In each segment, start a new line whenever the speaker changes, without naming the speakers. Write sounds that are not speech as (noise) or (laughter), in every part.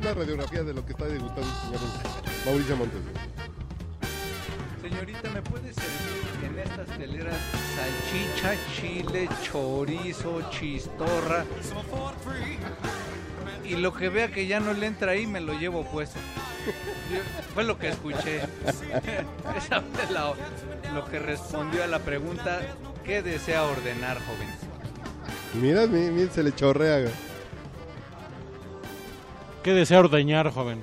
una radiografía de lo que está degustando el señor Mauricio Montes.
Señorita, ¿me puede servir en estas teleras salchicha, chile, chorizo, chistorra? Y lo que vea que ya no le entra ahí, me lo llevo puesto. Yo- Fue lo que escuché. (laughs) Esa fue la- lo que respondió a la pregunta, ¿qué desea ordenar, joven?
Mira, mi- mi- se le chorrea. güey.
¿Qué desea ordeñar, joven?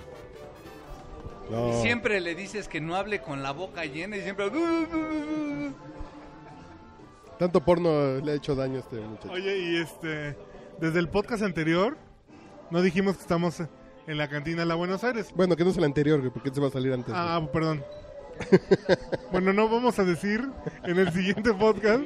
No.
Siempre le dices que no hable con la boca llena y siempre...
Tanto porno le ha hecho daño a este muchacho.
Oye, y este, desde el podcast anterior, no dijimos que estamos en la cantina de la Buenos Aires.
Bueno, que no es el anterior, güey, porque se va a salir antes. güey.
Ah, perdón. (laughs) bueno, no vamos a decir en el siguiente podcast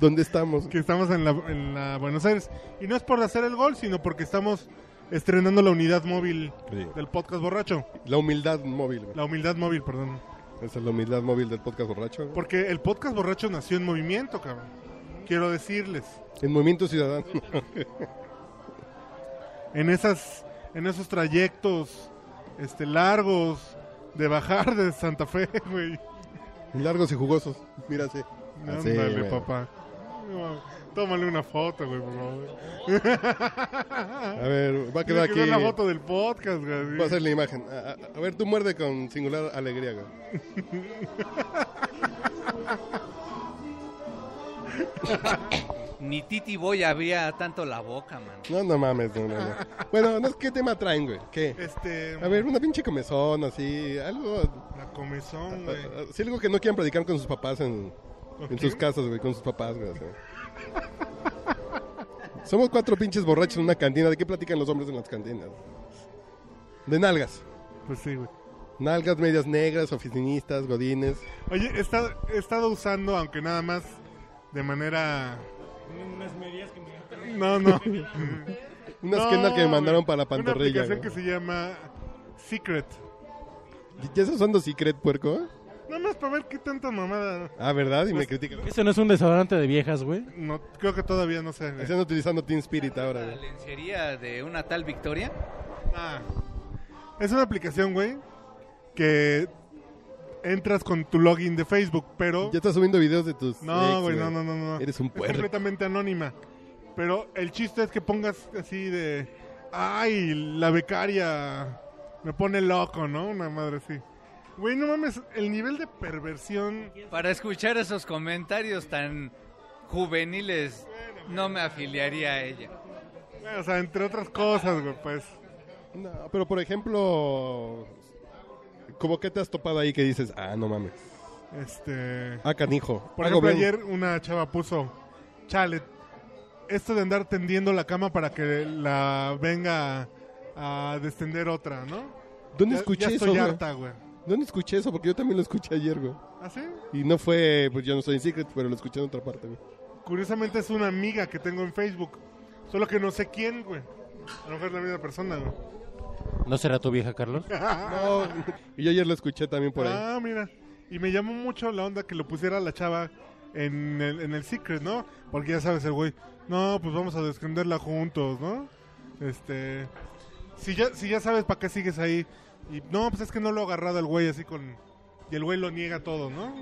¿Dónde estamos?
que estamos en la, en la Buenos Aires. Y no es por hacer el gol, sino porque estamos estrenando la unidad móvil
Sí.
del podcast borracho.
La humildad móvil. güey.
La humildad móvil, perdón.
Esa es la humildad móvil del podcast borracho. güey.
Porque el podcast borracho nació en movimiento, cabrón. Quiero decirles.
En Movimiento Ciudadano. (laughs)
en esas en esos trayectos este largos de bajar de Santa Fe, (laughs) güey.
Largos y jugosos. Mírase. Así,
Ándale,
Ah, güey.
papá. No, Tómale una foto, güey, por favor.
(laughs) A ver, va a quedar
Ah. Tiene (laughs) que ver
aquí.
la foto del podcast, güey.
Va a ser la imagen. A, a- a ver, tú muerde con singular alegría, güey.
Ni Titi Boy había tanto la boca, man.
No, no mames, no, no,
(laughs)
no. Bueno, no es qué tema traen, güey. ¿Qué?
Este,
A ver, una pinche comezón, así, algo,
la
Ah,
comezón, güey.
así algo que no quieran predicar con sus papás en, en
Ok.
sus casas, güey, con sus papás, güey. así. Somos cuatro pinches borrachos en una cantina. ¿De qué platican los hombres en las cantinas? De nalgas.
Pues sí, güey.
Nalgas, medias negras, oficinistas, godines.
Oye, he estado, he estado usando, aunque nada más de manera...
(laughs)
No, no.
Una
No,
esquena que me
güey.
mandaron para la
Una
pantorrilla.
aplicación que
güey.
se llama Secret.
¿Ya estás usando Secret, puerco?
Nada más para ver qué tanta mamada...
Ah, ¿verdad? Y me
Pues-
critican.
¿Ese no es un desodorante de viejas, güey?
No, creo que todavía no sé. güey.
Están utilizando Team Spirit ahora,
La
güey.
lencería de una tal Victoria.
Ah. Es una aplicación, güey, que entras con tu login de Facebook, pero...
Ya estás subiendo videos de tus.
No,
ex,
güey, no, no, no, no.
Eres un
Es
puerco.
completamente anónima. Pero el chiste es que pongas así de... Ay, la becaria me pone loco, ¿no? Una madre así. Güey, no mames, el nivel de perversión...
Para escuchar esos comentarios tan juveniles, no me afiliaría a ella.
O sea, entre otras cosas, güey, pues...
No, pero por ejemplo, como que te has topado ahí que dices, ah, no mames,
Este...
ah, canijo.
Por
hago
ejemplo,
bien.
ayer una chava puso, chale, esto de andar tendiendo la cama para que la venga a descender otra, ¿no?
¿Dónde
Ya-
escuché
ya
eso?
estoy
güey?
harta, güey.
¿Dónde escuché eso? Porque yo también lo escuché ayer, güey.
¿Ah, sí?
Y no fue, pues yo no soy en Secret, pero lo escuché en otra parte, güey.
Curiosamente es una amiga que tengo en Facebook, solo que no sé quién, güey. A lo mejor es la misma persona, güey.
¿No será tu vieja, Carlos?
No, y yo ayer lo escuché también por ahí.
Ah, mira. Y me llamó mucho la onda que lo pusiera la chava en el, en el Secret, ¿no? Porque ya sabes, el güey, no, pues vamos a descenderla juntos, ¿no? Este. Si ya, si ya sabes para qué sigues ahí. Y no, pues es que no lo ha agarrado el güey así con. Y el güey lo niega todo, ¿no?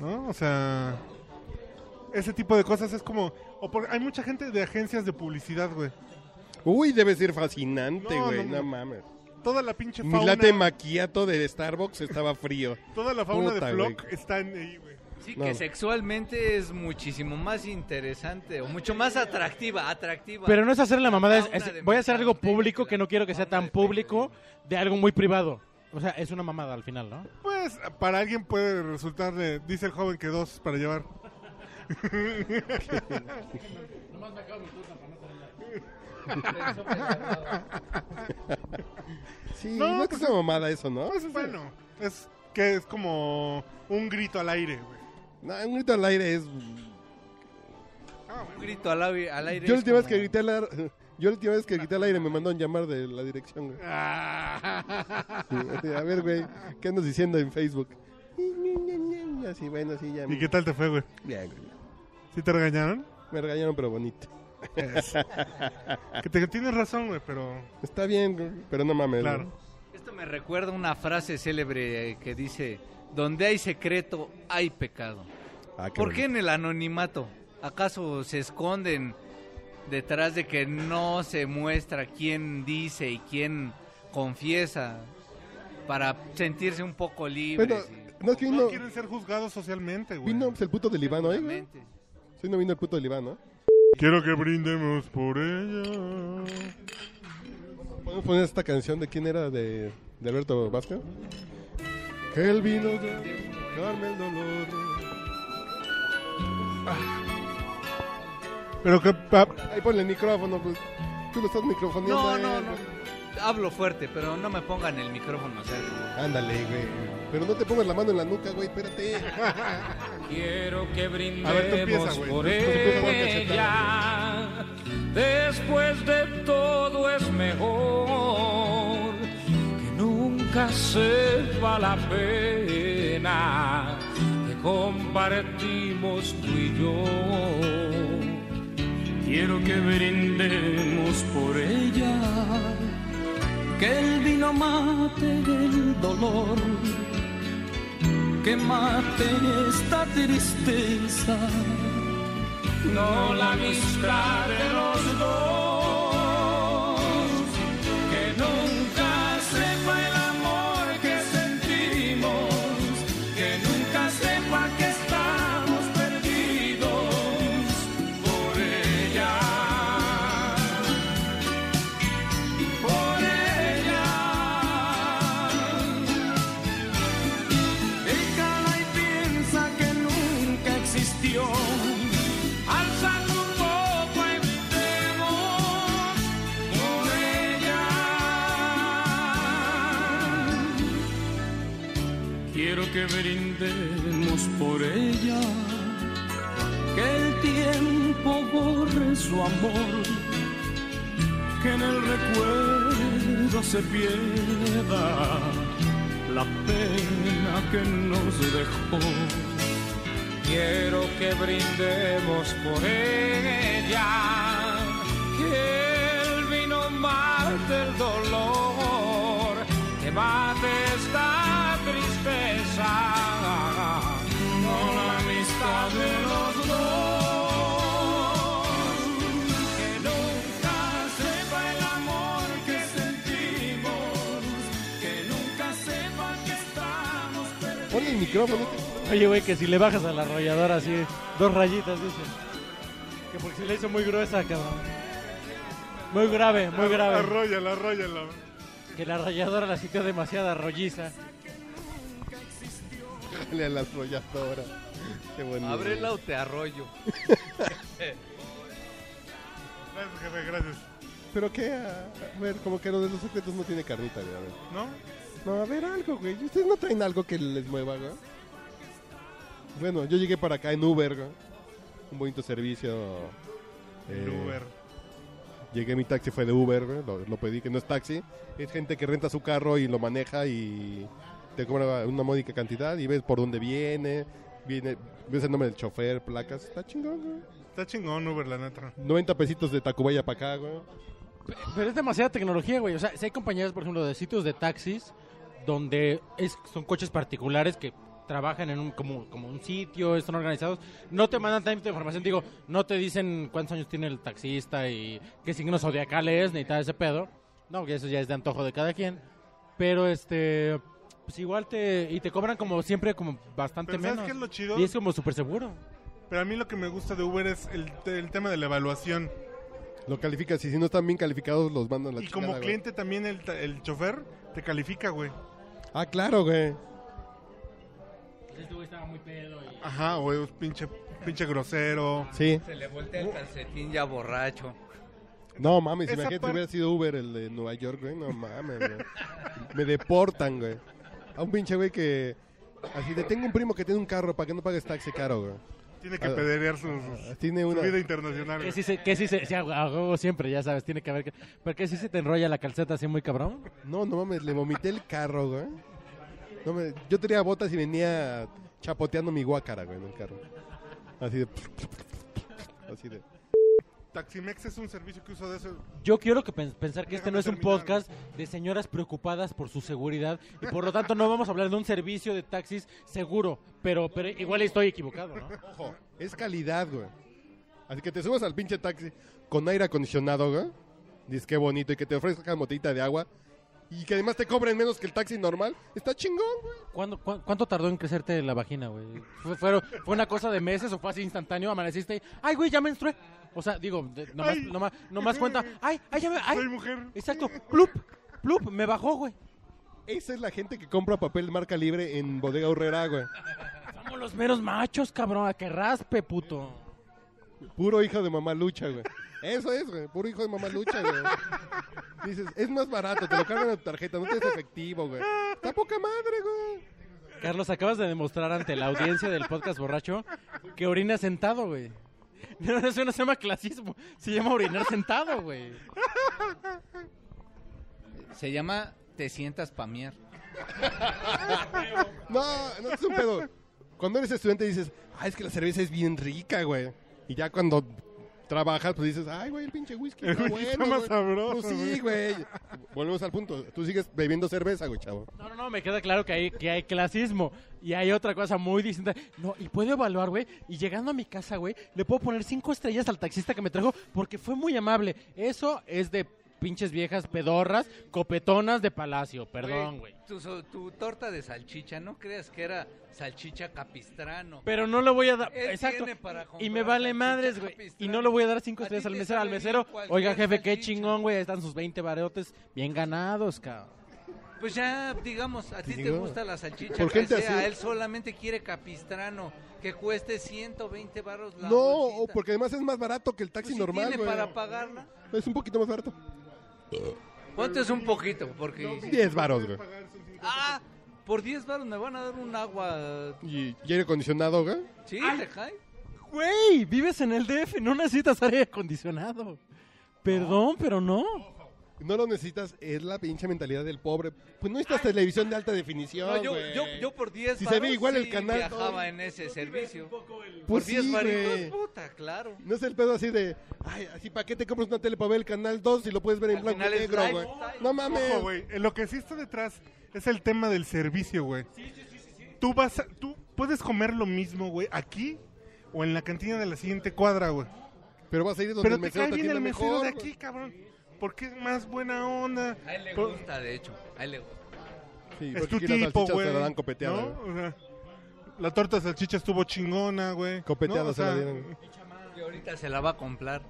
¿No? O sea. Ese tipo de cosas es como. O por- hay mucha gente de agencias de publicidad, güey.
Uy, debe ser fascinante,
No,
güey,
no,
no,
no.
mames.
Toda la pinche
Mi
fauna.
latte macchiato de Starbucks estaba frío.
Toda la fauna
Puta,
de
güey.
Flock está en ahí, güey.
Sí,
No.
que sexualmente es muchísimo más interesante o mucho más atractiva, atractiva.
Pero no es hacer la
Ah,
mamada, es- es- voy a hacer algo público que no quiero que sea tan público de algo muy privado. O sea, es una mamada al final, ¿no?
Pues para alguien puede resultar, de- dice el joven que dos para llevar.
Sí,
No,
no, es que
pues
sea mamada eso, ¿no?
Pues bueno, es que es como un grito al aire, güey.
No, un grito al aire es
Un grito al, aire- al aire.
Yo la
es
última vez que
como-
grité al aire, (laughs) yo la última vez que grité al aire me mandaron llamar de la dirección. güey.
Ah.
Sí, A ver, güey, ¿qué andas diciendo en Facebook? Así, bueno, así ya. Em.
¿Y qué tal te fue, güey?
Bien, güey.
¿Sí te regañaron?
Me regañaron pero bonito. Ah.
Que te- tienes razón, güey, pero.
Está bien, pero no mames.
Claro.
¿no?
Esto me recuerda una frase célebre eh, que dice, donde hay secreto hay pecado.
Ah, qué
¿Por qué
bonito.
en el anonimato? ¿Acaso se esconden detrás de que no se muestra quién dice y quién confiesa para sentirse un poco libres?
Bueno, no es que
No
vino,
quieren ser juzgados socialmente, güey.
vino pues, el puto del Iván
y-
hoy, güey. Sí, no vino el puto del Iván, ¿no?
Quiero que brindemos por ella.
Podemos poner esta canción de quién era, de, de Alberto Vázquez. Que el vino de calme el dolor.
Pero que. pa-
Ahí ponle el micrófono, pues. Tú lo estás microfoneando.
No,
eh,
no, no.
güey.
Hablo fuerte, pero no me pongan el micrófono cerca.
Ándale, güey. Pero no te pongas la mano en la nuca, güey, espérate. (laughs)
Quiero que brindemos
A ver, tú empieza, güey.
por
Tú empieza con el
ella. Después de todo es mejor que nunca sepa la pena que compartimos tú y yo. Quiero que brindemos por ella, que el vino mate el dolor que mate esta tristeza. No la amistad de los dos, que nunca sepa el amor que sentimos, que nunca sepa que estamos perdidos por ella. Por ella. Déjala y piensa que nunca existió. Alza tu copa y brindemos por ella. Quiero que brindemos por ella, que el tiempo borre su amor, que en el recuerdo se pierda la pena que nos dejó. Quiero que brindemos por ella, que el vino mate el dolor, que mate esta tristeza, no la amistad de los dos. Que nunca sepa el amor que sentimos, que nunca sepa que estamos perdidos.
Ponle el micrófono. este
Oye, güey, que si le bajas a la arrolladora así, dos rayitas, dice. Que porque se le hizo muy gruesa, cabrón. Muy grave, muy grave.
Arróyala, arróyala.
Que la arrolladora la sintió demasiada rolliza.
Dale a la arrolladora. Qué bonito.
Ábrela o te arroyo.
Gracias, jefe, gracias.
Pero qué, a, a ver, como que lo de los secretos no tiene carnita, güey. A ver.
¿No?
No, a ver algo, güey. Ustedes no traen algo que les mueva, güey. Bueno, yo llegué para acá en Uber, güey. Un bonito servicio.
El
eh,
Uber.
Llegué, mi taxi fue de Uber, güey, lo, lo pedí, que no es taxi. Es gente que renta su carro y lo maneja y te cobra una módica cantidad y ves por dónde viene, viene ves el nombre del chofer, placas. Está chingón, güey.
Está chingón Uber, la neta.
90 pesitos de Tacubaya para acá, güey.
Pero es demasiada tecnología, güey. O sea, si hay compañías, por ejemplo, de sitios de taxis donde es, son coches particulares que trabajan en un, como, como un sitio, están organizados, no te mandan tanta información, digo, no te dicen cuántos años tiene el taxista y qué signo zodiacal es, ni tal ese pedo. No, que eso ya es de antojo de cada quien. Pero este, pues igual te, y te cobran como siempre, como bastante
Pero ¿sabes
menos.
qué es lo chido?
Y es como súper seguro.
Pero a mí lo que me gusta de Uber es el, el tema de la evaluación.
Lo calificas y si no están bien calificados los mandan a la
y
chingada,
como
güey.
cliente también el, ta- el chofer te califica, güey.
Ah, claro, güey.
Este güey estaba muy pedo y...
Ajá, güey, es pinche, pinche grosero.
Sí.
Se le voltea el calcetín ya borracho.
No mames,
Esa
imagínate si
par-
hubiera sido Uber el de Nueva York, güey. No mames, güey. Me deportan, güey. A un pinche güey que. Así de, tengo un primo que tiene un carro para que no pagues taxi caro, güey.
Tiene que
Ah.
pederear su, su-
Tiene
su
una.
vida internacional.
Que
güey.
si se, que si se, sí, a hue- a huevo siempre, ya sabes, tiene que haber que... Porque si se te enrolla la calceta así muy cabrón.
No, no mames, le vomité el carro, güey. No mames, yo tenía botas y venía chapoteando mi guácara, güey, en el carro. (laughs) Así de. Así de.
Taximex es un servicio que usa de eso.
Yo quiero que pens- pensar que este
Déjame
no es un
terminar.
podcast de señoras preocupadas por su seguridad y por lo tanto no vamos a hablar de un servicio de taxis seguro, pero, pero igual estoy equivocado, ¿no?
Ojo, es calidad, güey. Así que te subas al pinche taxi con aire acondicionado, güey. Dices qué bonito y que te ofrezcan botellita de agua y que además te cobren menos que el taxi normal. Está chingón, güey.
¿Cuándo- cuán- ¿Cuánto tardó en crecerte la vagina, güey? ¿Fue, fueron- fue una cosa de meses o fue así instantáneo? ¿Amaneciste y, ay, güey, ya menstrué? O sea, digo, de- nomás,
Ay.
nomás, nomás
(laughs)
cuenta, ay, ay, ya me, ay.
Soy mujer.
Exacto, plup, plup, me bajó, güey.
Esa es la gente que compra papel de marca libre en Bodega Herrera, güey.
Somos los meros machos, cabrón, a que raspe, puto.
Puro hijo de mamá lucha, güey. Eso es, güey. Puro hijo de mamá lucha, güey. Dices, es más barato, te lo cargan en tu tarjeta, no tienes efectivo, güey. Está poca madre, güey.
Carlos, acabas de demostrar ante la audiencia del podcast borracho que orina sentado, güey. No, no, eso no se llama clasismo, se llama orinar sentado, güey.
Se llama Te sientas pa' miar.
No, no es un pedo. Cuando eres estudiante dices, ah, es que la cerveza es bien rica, güey. Y ya cuando trabajas, pues dices, ay, güey, el pinche whisky
El
está
whisky
bueno,
está más
güey".
sabroso,
Pues sí, güey. Volvemos al punto. Tú sigues bebiendo cerveza, güey, chavo.
No, no, no, me queda claro que hay, que hay clasismo y hay otra cosa muy distinta. No, y puedo evaluar, güey, y llegando a mi casa, güey, le puedo poner cinco estrellas al taxista que me trajo porque fue muy amable. Eso es de pinches viejas pedorras, copetonas de palacio, perdón, güey.
Tu, so- tu torta de salchicha, no creas que era salchicha capistrano.
Pero no le voy a dar.
Él
Exacto.
tiene para
Y me
comprar
vale
salchicha
madres, güey.
capistrano.
Y no le voy a dar cinco
A
estrellas
ti
al
te
mesero. Al
sale
mesero,
bien cualquier
oiga, jefe, qué
salchicha".
chingón, güey. ahí Están sus 20 bareotes bien ganados, cabrón.
Pues ya, digamos, a ti te
Pues Digo,
gusta la salchicha
¿por
que
gente así?
sea, él solamente quiere capistrano, que cueste 120 barros la
no, o
bolsita.
porque además es más barato que el
Pues
taxi
si
normal,
tiene
güey.
para pagarla.
Es un poquito más barato.
¿Cuánto es un poquito? Porque...
10 varos, güey.
Ah, por 10 baros me van a dar un agua.
Y, y aire acondicionado, güey.
¿Sí? ¿Te cae?
Güey, vives en el DF, no necesitas aire acondicionado. Perdón, pero no.
No lo necesitas, es la pinche mentalidad del pobre. Pues no necesitas televisión de alta definición,
No, yo,
güey.
yo, yo por 10
Si se
varos
ve igual el
sí
canal,
viajaba
todo.
en ese servicio. por
Pues
10
sí,
varitos,
güey.
puta, claro.
No es el pedo así de, ay, así para qué te compras una tele para ver el canal 2 si lo puedes ver en
Al
blanco y
final es
negro, güey.
lifestyle.
No mames.
Ojo, güey. eh, Lo que sí está detrás es el tema del servicio, güey. Tú vas a- tú puedes comer lo mismo, güey, aquí o en la cantina de la siguiente cuadra, güey.
Pero vas a ir donde
Pero
el
te
mesero
cae
te
bien
atienda
el mesero
mejor.
de
güey.
aquí, cabrón. Porque es más buena onda.
A él le
Por-
gusta, de hecho. A él le gusta.
Sí,
Es
porque
tu
aquí las
tipo,
salchichas
güey.
te la dan copeteada.
¿no?
güey.
O sea, la torta de salchicha estuvo chingona, güey.
Copeteada
¿No? O
se la
sea,
dieron.
Que ahorita se la va a comprar.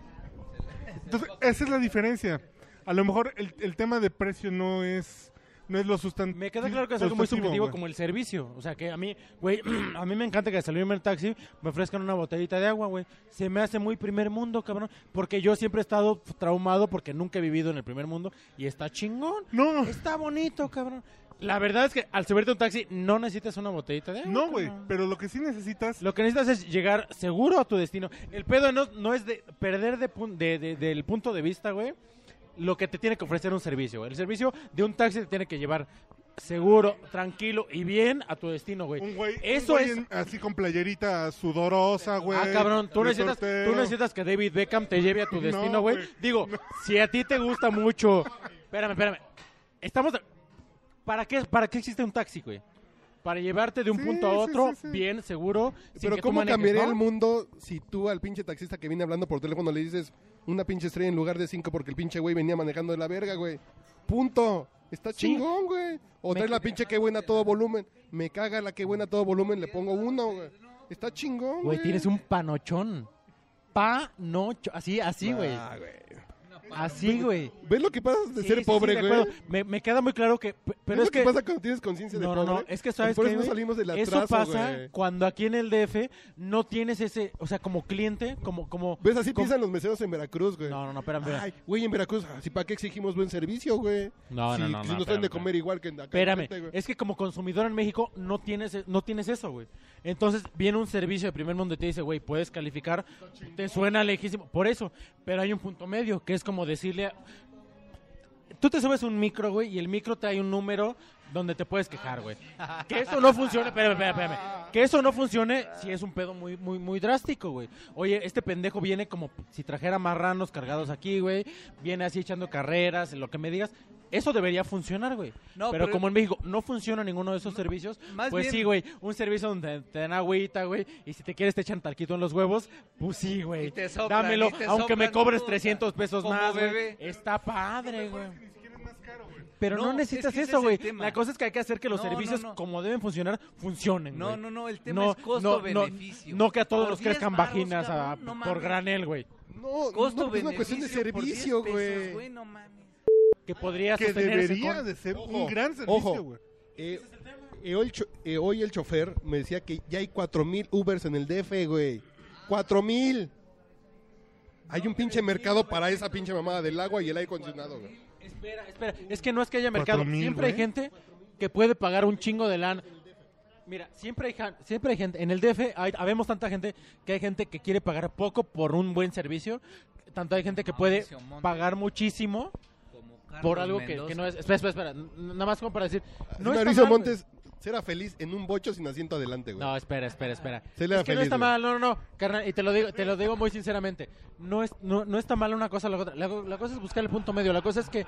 Entonces, esa es la diferencia. A lo mejor el, el tema de precio no es no es lo sustantivo.
Me queda claro que es algo muy subjetivo como el servicio. O sea, que a mí, güey, (clears throat) a mí me encanta que al salirme en taxi me ofrezcan una botellita de agua, güey. Se me hace muy primer mundo, cabrón. Porque yo siempre he estado traumado porque nunca he vivido en el primer mundo y está chingón.
No,
Está bonito, cabrón. La verdad es que al subirte a un taxi no necesitas una botellita de agua.
no, güey.
cabrón.
Pero lo que sí necesitas
Lo que necesitas es llegar seguro a tu destino. El pedo no, no es de perder de, pun- de- de- del punto de vista, güey, lo que te tiene que ofrecer un servicio. güey. El servicio de un taxi te tiene que llevar seguro, tranquilo y bien a tu destino, güey.
un güey, un
Eso
güey
es...
en- así con playerita sudorosa, güey.
Ah, cabrón, tú
de
necesitas,
sortero.
tú necesitas que David Beckham te lleve a
(laughs)
tu
No,
destino, güey.
güey.
Digo, si a ti te gusta mucho... Espérame, espérame. Estamos... de- ¿Para qué, ¿Para qué existe un taxi, güey? Para llevarte de un
Sí,
punto a
sí,
otro,
sí, sí.
bien, seguro. sin
Pero
que tú
¿cómo
manejes,
cambiaría
¿no?
el mundo si tú al pinche taxista que viene hablando por teléfono le dices una pinche estrella en lugar de cinco porque el pinche güey venía manejando de la verga, güey? Punto. Está chingón, güey. O
Me-
trae la pinche que buena a todo volumen. Me caga la que buena a todo volumen, le pongo uno, güey. Está chingón, güey.
Güey, tienes un panochón. Panocho. Así, así, güey.
Ah, güey.
Así, güey.
¿Ves lo que pasa de
Sí,
ser
sí,
pobre,
sí, de
güey?
acuerdo. Me, me queda muy claro que. p-
¿Ves
Pero es
lo que,
que.
pasa cuando tienes conciencia de
no, no,
pobre?
no. Es que sabes
Por
qué,
eso no
güey?
salimos del atraso,
Eso pasa
güey.
cuando aquí en el DF no tienes ese. O sea, como cliente, como. como
¿Ves? Así
como-
piensan los meseros en Veracruz, güey.
No, no, no, espérame, espérame.
Ay, güey, en Veracruz, si para qué exigimos buen servicio, güey.
No,
si, Si
no, no, no,
nos dan
espérame,
de comer igual que en acá.
Espérame,
enfrente, güey.
es que como consumidor en México no tienes, no tienes eso, güey. Entonces viene un servicio de primer mundo y te dice, güey, puedes calificar, te suena lejísimo, por eso. Pero hay un punto medio, que es como decirle, a- tú te subes a un micro, güey, y el micro trae un número donde te puedes quejar, güey. Que eso no funcione, espérame, espérame, espérame. Que eso no funcione si es un pedo muy, muy, muy drástico, güey. Oye, este pendejo viene como si trajera marranos cargados aquí, güey. Viene así echando carreras, lo que me digas. Eso debería funcionar, güey.
No,
pero,
pero-
como en México no funciona ninguno de esos servicios,
más
pues
bien-
sí, güey. Un servicio donde te dan agüita, güey. Y si te quieres te echan talquito en los huevos, pues sí, güey.
Y te soplan,
Dámelo,
y te
aunque me
soplan,
cobres
puta.
300 pesos
Como
más, güey.
bebé.
Está padre, güey.
Ni siquiera es más caro, güey.
Pero no,
No,
necesitas
es que ese
eso,
es el
güey.
tema.
La cosa es que hay que hacer que los
No, no,
servicios,
no.
como deben funcionar, funcionen.
No,
güey.
no, no, el tema es costo-beneficio.
No, no que a todos
Por
los
10
crezcan
varos,
vaginas a-
cabrón, no
por
mames.
granel, güey.
No,
Costo
no, pues, es una cuestión de
por 10
servicio,
pesos,
güey.
no mames.
Que podría
Que
sostenerse
debería
con-
de ser
Ojo,
un gran
ojo.
servicio, güey.
Eh, eh, hoy, el cho- eh, hoy el chofer me decía que ya hay 4000 Ubers en el DF, güey. 4000. Hay un pinche mercado para esa pinche mamada del agua y el aire acondicionado, güey.
Espera, espera. Es que no es que haya mercado.
Cuatro mil,
siempre hay
güey.
gente que puede pagar un chingo de lana. Mira, siempre hay, ja- siempre hay gente. En el DF hay, habemos tanta gente que hay gente que quiere pagar poco por un buen servicio. Tanto hay gente que puede
Mauricio Montes.
pagar muchísimo
Como Carlos
por algo que, que
Mendoza.
no es. Espera, espera, espera. N- Nada más como para decir. No está
Mauricio
mal, güey.
Montes será feliz en un bocho sin asiento adelante, güey.
No, espera, espera, espera.
Se le da
es que no
feliz,
está
güey.
mal, no, no, no, carnal, y te lo digo, te lo digo muy sinceramente. No es no, no está mal una cosa o la otra. La, la cosa es buscar el punto medio, la cosa es que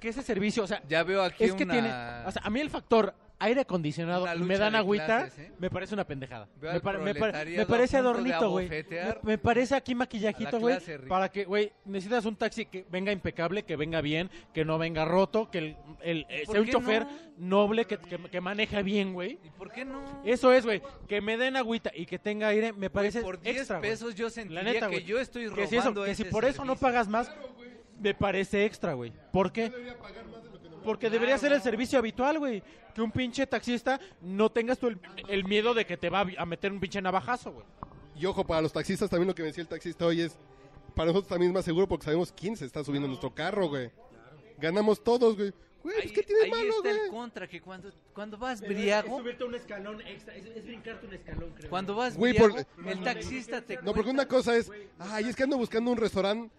que ese servicio, o sea,
Ya veo aquí
es que
una-
tiene, o sea, a mí el factor aire acondicionado
Una
y
lucha
me dan
de
agüita,
clases, ¿eh?
me parece una pendejada.
Veo
Me,
al
pare- me pare- me
proletariado a
parece
punto de
adornito, güey. Me,
abofetear
me parece aquí
a la
maquillajito, güey,
clase, Rick.
para que, güey, necesitas un taxi que venga impecable, que venga bien, que no venga roto, que el, el- eh,
¿Por
sea un
qué
chofer
no?
noble que, que, que maneja bien, güey.
¿Y por qué no?
Eso es, güey. Que me den agüita y que tenga aire me parece
por 10
extra, güey.
pesos yo sentiría
La neta,
que
güey.
yo estoy robando
Que si, eso- que
ese
si por eso no
servicio.
pagas más, me parece extra, güey. ¿Por qué? Porque debería ser el servicio habitual, güey. Que un pinche taxista no tengas tú el, el miedo de que te va a vi- a meter un pinche navajazo, güey.
Y ojo, para los taxistas también lo que me decía el taxista hoy es, para nosotros también es más seguro porque sabemos quién se está subiendo a nuestro carro, güey. Ganamos todos, güey. Güey, pues,
Ahí-
¿qué tiene
ahí
malo,
está el
güey?
contra, que cuando, cuando vas briago,
subirte un escalón extra, es, brincarte un escalón, creo.
cuando vas
Güey,
briago,
por-
el taxista te
No, porque una
cuenta-
cosa es, ay, es que ando buscando un restaurante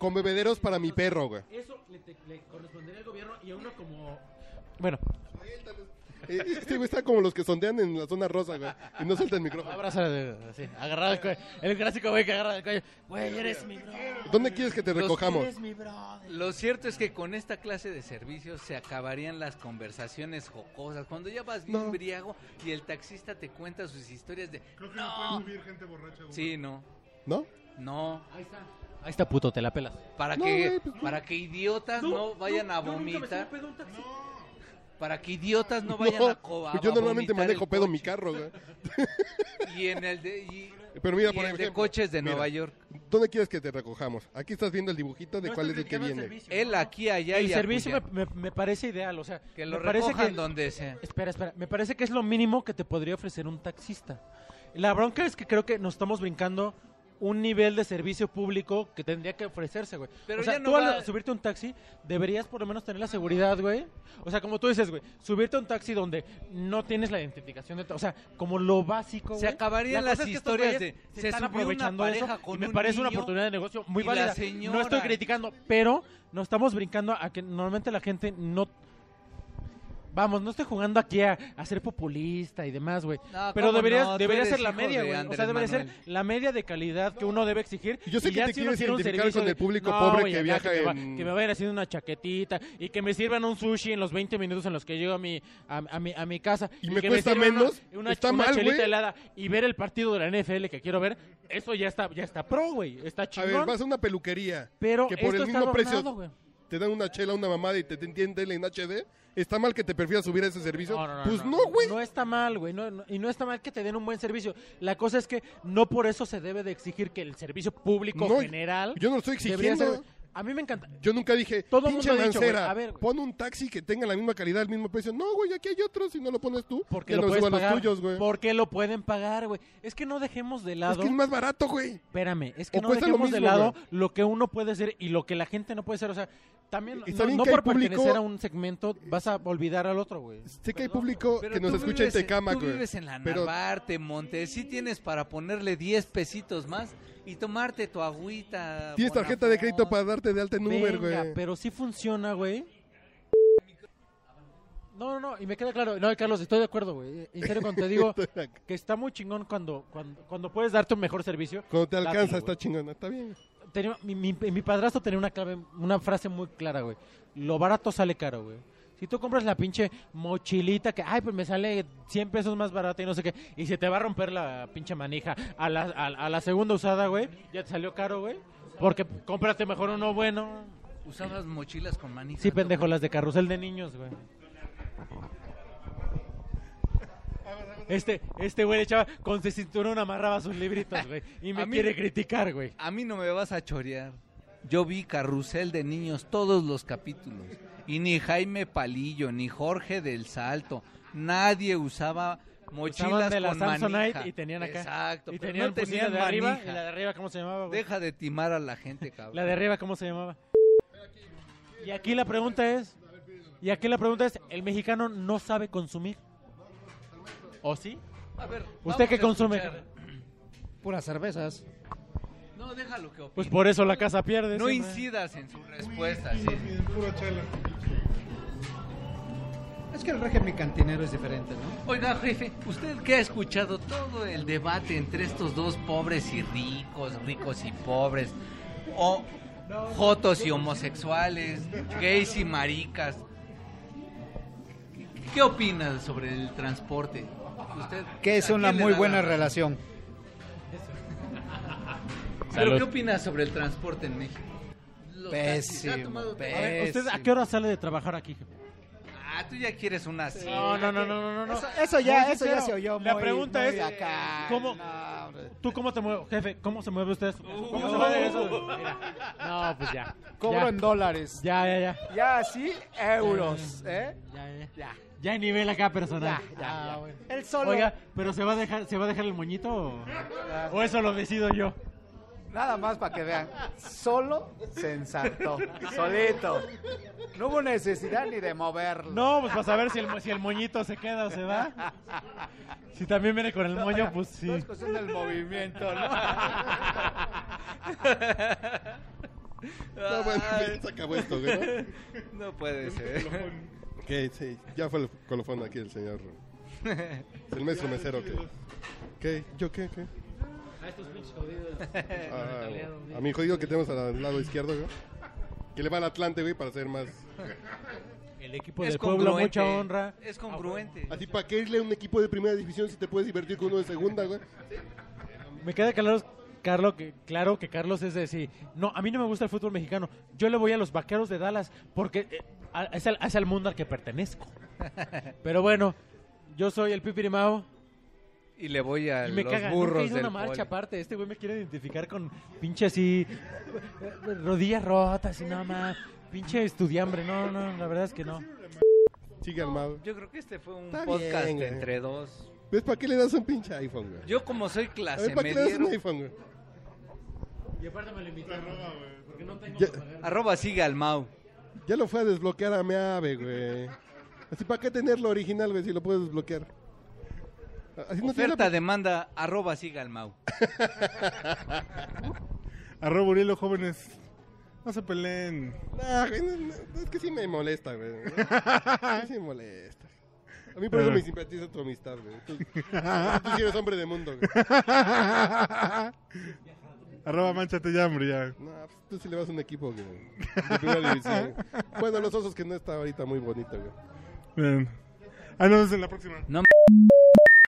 con bebederos para mi perro, güey.
Eso le, correspondería al gobierno y a uno como... Bueno,
Eh, Este güey está como los que sondean en la zona rosa, güey. Y no suelta el micrófono.
Abraza, así, agarrado el cuello. El clásico güey que agarra el cuello. Güey, eres mi bro.
¿Dónde quieres que te
Los
recojamos?
Eres mi bro.
Lo cierto es que con esta clase de servicios se acabarían las conversaciones jocosas. Cuando ya vas bien
No.
briago y el taxista te cuenta sus historias de
Creo que no,
no,
pueden subir gente borracha, güey.
sí, no,
¿No?
no,
Ahí está. Ahí está, puto, te la pelas.
para
No,
que
güey, pues, no.
para que idiotas no, vayan a vomitar,
No.
para que idiotas no vayan a, co- a
yo normalmente
vomitar
manejo
el
pedo
coche.
mi carro, güey.
y en el de y,
Pero mira,
y
por
el de
ejemplo,
coches de
mira.
Nueva York.
¿Dónde quieres que te recojamos? Aquí estás viendo el dibujito de cuál es el que viene.
Él aquí, allá
El
y
servicio me,
acullá.
me- me parece ideal, o sea,
que lo
me parece
recojan
que-
donde sea.
Espera, espera, me parece que es lo mínimo que te podría ofrecer un taxista. La bronca es que creo que nos estamos brincando un nivel de servicio público que tendría que ofrecerse, güey.
Pero
o sea,
ya no
tú
va-
al subirte a un taxi deberías por lo menos tener la seguridad, güey. O sea, como tú dices, güey, subirte a un taxi donde no tienes la identificación de, tu- o sea, como lo básico,
Se
güey.
acabarían
La cosa
las
es que estos
historias
güeyes
de, se subió una pareja
y
con
me
un
parece una
niño
oportunidad de negocio muy
y la
válida. No estoy
señora.
criticando, pero nos estamos brincando a que normalmente la gente no Vamos, no estoy jugando aquí a, a ser populista y demás, güey.
No,
Pero
cómo
debería,
no, tú
debería
eres
ser la
hijo
media,
de
güey. O sea,
Andrés
debería ser
Manuel.
la media de calidad que uno debe exigir.
Yo sé
Y
que
ya
te
uno
quieres
quiere un
identificar
servicio
con el público pobre que
acá
viaja
que, me va-
en-
que me vayan haciendo una chaquetita y que me sirvan un sushi en los 20 minutos en los que llego a mi, a, a mi, a mi casa.
Y me
que
cuesta
sirvan una-
menos,
Una,
está
una
mal,
chelita
güey.
helada y ver el partido de la NFL que quiero ver. Eso ya está, ya está pro, güey. Está
A
chingón.
ver, vas a una peluquería
pero
que por
esto
el
está
mismo precio
adornado, güey.
te dan una chela, una mamada y te entienden en HD. ¿Está mal que te prefieras subir a ese servicio?
No, no, no,
pues no, güey.
No está mal, güey. no- no- y no está mal que te den un buen servicio. La cosa es que no por eso se debe de exigir que el servicio público
No,
general.
yo no lo estoy
debería
exigiendo.
a mí me encanta.
Yo nunca dije,
Todo el
pinche
mundo ha dicho, güey,
lancera,
a ver, güey.
pon un taxi que tenga la misma calidad, el mismo precio. No, güey, aquí hay otro, si no lo pones tú,
Porque
ya
lo
no
puedes
suban
pagar.
los tuyos, güey.
Porque lo pueden pagar, güey. Es que no dejemos de
Es
lado.
que es más barato, güey.
Espérame, es que
O
no
cuesta lo
dejemos de
mismo,
lado
güey.
lo que uno puede ser y lo que la gente no puede ser. O sea, también
Y está
no,
bien
no
que hay
por
público-
pertenecer a un segmento vas a olvidar al otro, güey.
Sé que hay público
Pero
que nos
tú
escucha en
vives
Tecama,
Tú
güey.
vives en la
Pero
Narvarte, Monte. Sí tienes para ponerle 10 pesitos más y tomarte tu agüita.
tienes tarjeta de crédito para darte de alta en Uber,
Venga,
güey.
pero sí funciona, güey. No, no, no, y me queda claro. No, Carlos, estoy de acuerdo, güey. En serio, cuando te digo
Estoy acá.
que está muy chingón cuando, cuando, cuando puedes darte un mejor servicio.
Cuando te
Dátelo,
alcanza,
güey.
está chingona. Está bien.
Tenía- mi, mi, mi padrastro tenía una clave, una frase muy clara, güey. Lo barato sale caro, güey. Si tú compras la pinche mochilita que, ay, pues me sale 100 pesos más barata y no sé qué, y se te va a romper la pinche manija a la, a, a la segunda usada, güey, ya te salió caro, güey. Porque cómprate mejor uno bueno.
Usabas mochilas con manijas.
Sí, pendejo, las de carrusel de niños, güey. Este, este güey le echaba con su cinturón amarraba sus libritos, güey. Y me
A mí-
quiere criticar, güey.
A mí no me vas a chorear. Yo vi Carrusel de Niños todos los capítulos. Y ni Jaime Palillo, ni Jorge del Salto, nadie usaba mochilas
Usaban de la
con
Samsonite
manija.
y tenían acá.
Exacto,
Y
pero
tenían
no
pusita
tenían
de arriba.
manija.
¿Y la de arriba cómo se llamaba? güey?
Deja de timar a la gente, cabrón.
La de arriba cómo se llamaba. Y aquí la pregunta es, y aquí la pregunta es, ¿el mexicano no sabe consumir? ¿O sí?
A ver,
¿Usted
vamos
qué
a
consume?
escuchar.
Puras cervezas.
No, déjalo que opine.
Pues por eso la casa pierde.
no
siempre.
incidas en su respuesta. sí.
Bien, pura chela.
Es que el régimen cantinero es diferente, ¿no?
Oiga, jefe, usted que ha escuchado todo el debate entre estos dos pobres y ricos, ricos y pobres, o jotos y homosexuales, gays y maricas, ¿qué opina sobre el transporte? Usted,
Que es
¿a
una
quién le
muy
da
buena
la-
relación.
¿Pero
Salud.
qué opina sobre el transporte en México? Los taxis, ¿ha
Pésimo,
tomado-
A ver, ¿Usted a
Pésimo.
qué hora sale de trabajar aquí? jefe?
Ah, tú ya quieres una así.
No, no, no, no, no, no, no.
Eso, eso ya,
Muy
eso ya
sincero.
se oyó
La
muy-
pregunta
muy
es,
acá.
¿cómo-
No, hombre.
¿Tú cómo te mueves, jefe? ¿Cómo se mueve usted? ¿Cómo se mueve eso? Mira. No, pues ya.
Cobro
Ya.
en dólares.
Ya, ya, ya.
Ya, sí, euros, ¿eh?
Ya, ya.
Ya,
Ya hay nivel acá personal.
ya, ya.
Ah,
ya.
bueno.
El solo.
Oiga, pero se va a dejar, se va a dejar el moñito o, o eso lo decido yo.
Nada más para que vean. Solo se
(laughs)
ensartó. Solito. No hubo necesidad ni de moverlo.
No, pues para saber si el, mo- si el moñito se queda o se va. Si también viene con el moño, pues sí.
No es cuestión del movimiento, ¿no?
No, bueno, (laughs)
Ay,
ya se acabó esto, güey. ¿no?
(laughs) no puede ser.
Ok, sí, ya fue el colofón aquí el señor. Es el maestro mesero que. ¿Qué? ¿Yo qué? ¿Qué?
(laughs)
Ah, bueno. a mi jodido que tenemos al lado izquierdo, güey. Que le va al Atlante, güey, para ser más.
Pues El equipo del pueblo,
congruente,
mucha honra.
Es
Ah,
congruente.
Así, ¿para qué irle a un equipo de primera división si te puedes divertir con uno de segunda, güey?
Me queda claro, Carlos, que, claro que Carlos es decir, no, a mí no me gusta el fútbol mexicano. Yo le voy a los vaqueros de Dallas porque eh, a- es, al, es al mundo al que
(laughs)
pertenezco. Pero bueno, yo soy el Pipirimao.
Y le voy a
Y me
los
caga, nunca he
burros
ido a
del
una marcha
poli.
aparte. Este güey me quiere identificar con pinche así, eh, rodillas rotas y nada más. Pinche estudiambre. No, no, la verdad es que no.
Sigue armado.
Yo creo que este fue un
Está
podcast
bien, eh. güey.
entre dos.
¿Ves para qué le das un pinche iPhone, güey?
Yo como soy
A
clase
ver, ¿para qué le das un
mediero,
iPhone, güey?
Y aparte me lo invitaron. Porque no tengo
Ya,
arroba sigue al Mau.
ya lo fue a desbloquear a Meave, güey. Así, ¿para qué tenerlo original, güey, si lo puedes desbloquear? Así no tiene la-
Oferta, demanda, arroba sigue al Mau.
Arroba Urielo, jóvenes. No se peleen.
Nah, güey, no, no, no, es que sí me molesta, güey. Sí, sí me molesta. A mí por eso me simpatiza tu amistad, güey. Tú, tú sí eres hombre de mundo, güey.
Arroba manchate ya, hombre, ya.
No, pues, tú sí le vas a un equipo güey, de primera división. Bueno, los osos que no está ahorita muy bonito, güey.
Bien. Ah, nos vemos en la próxima.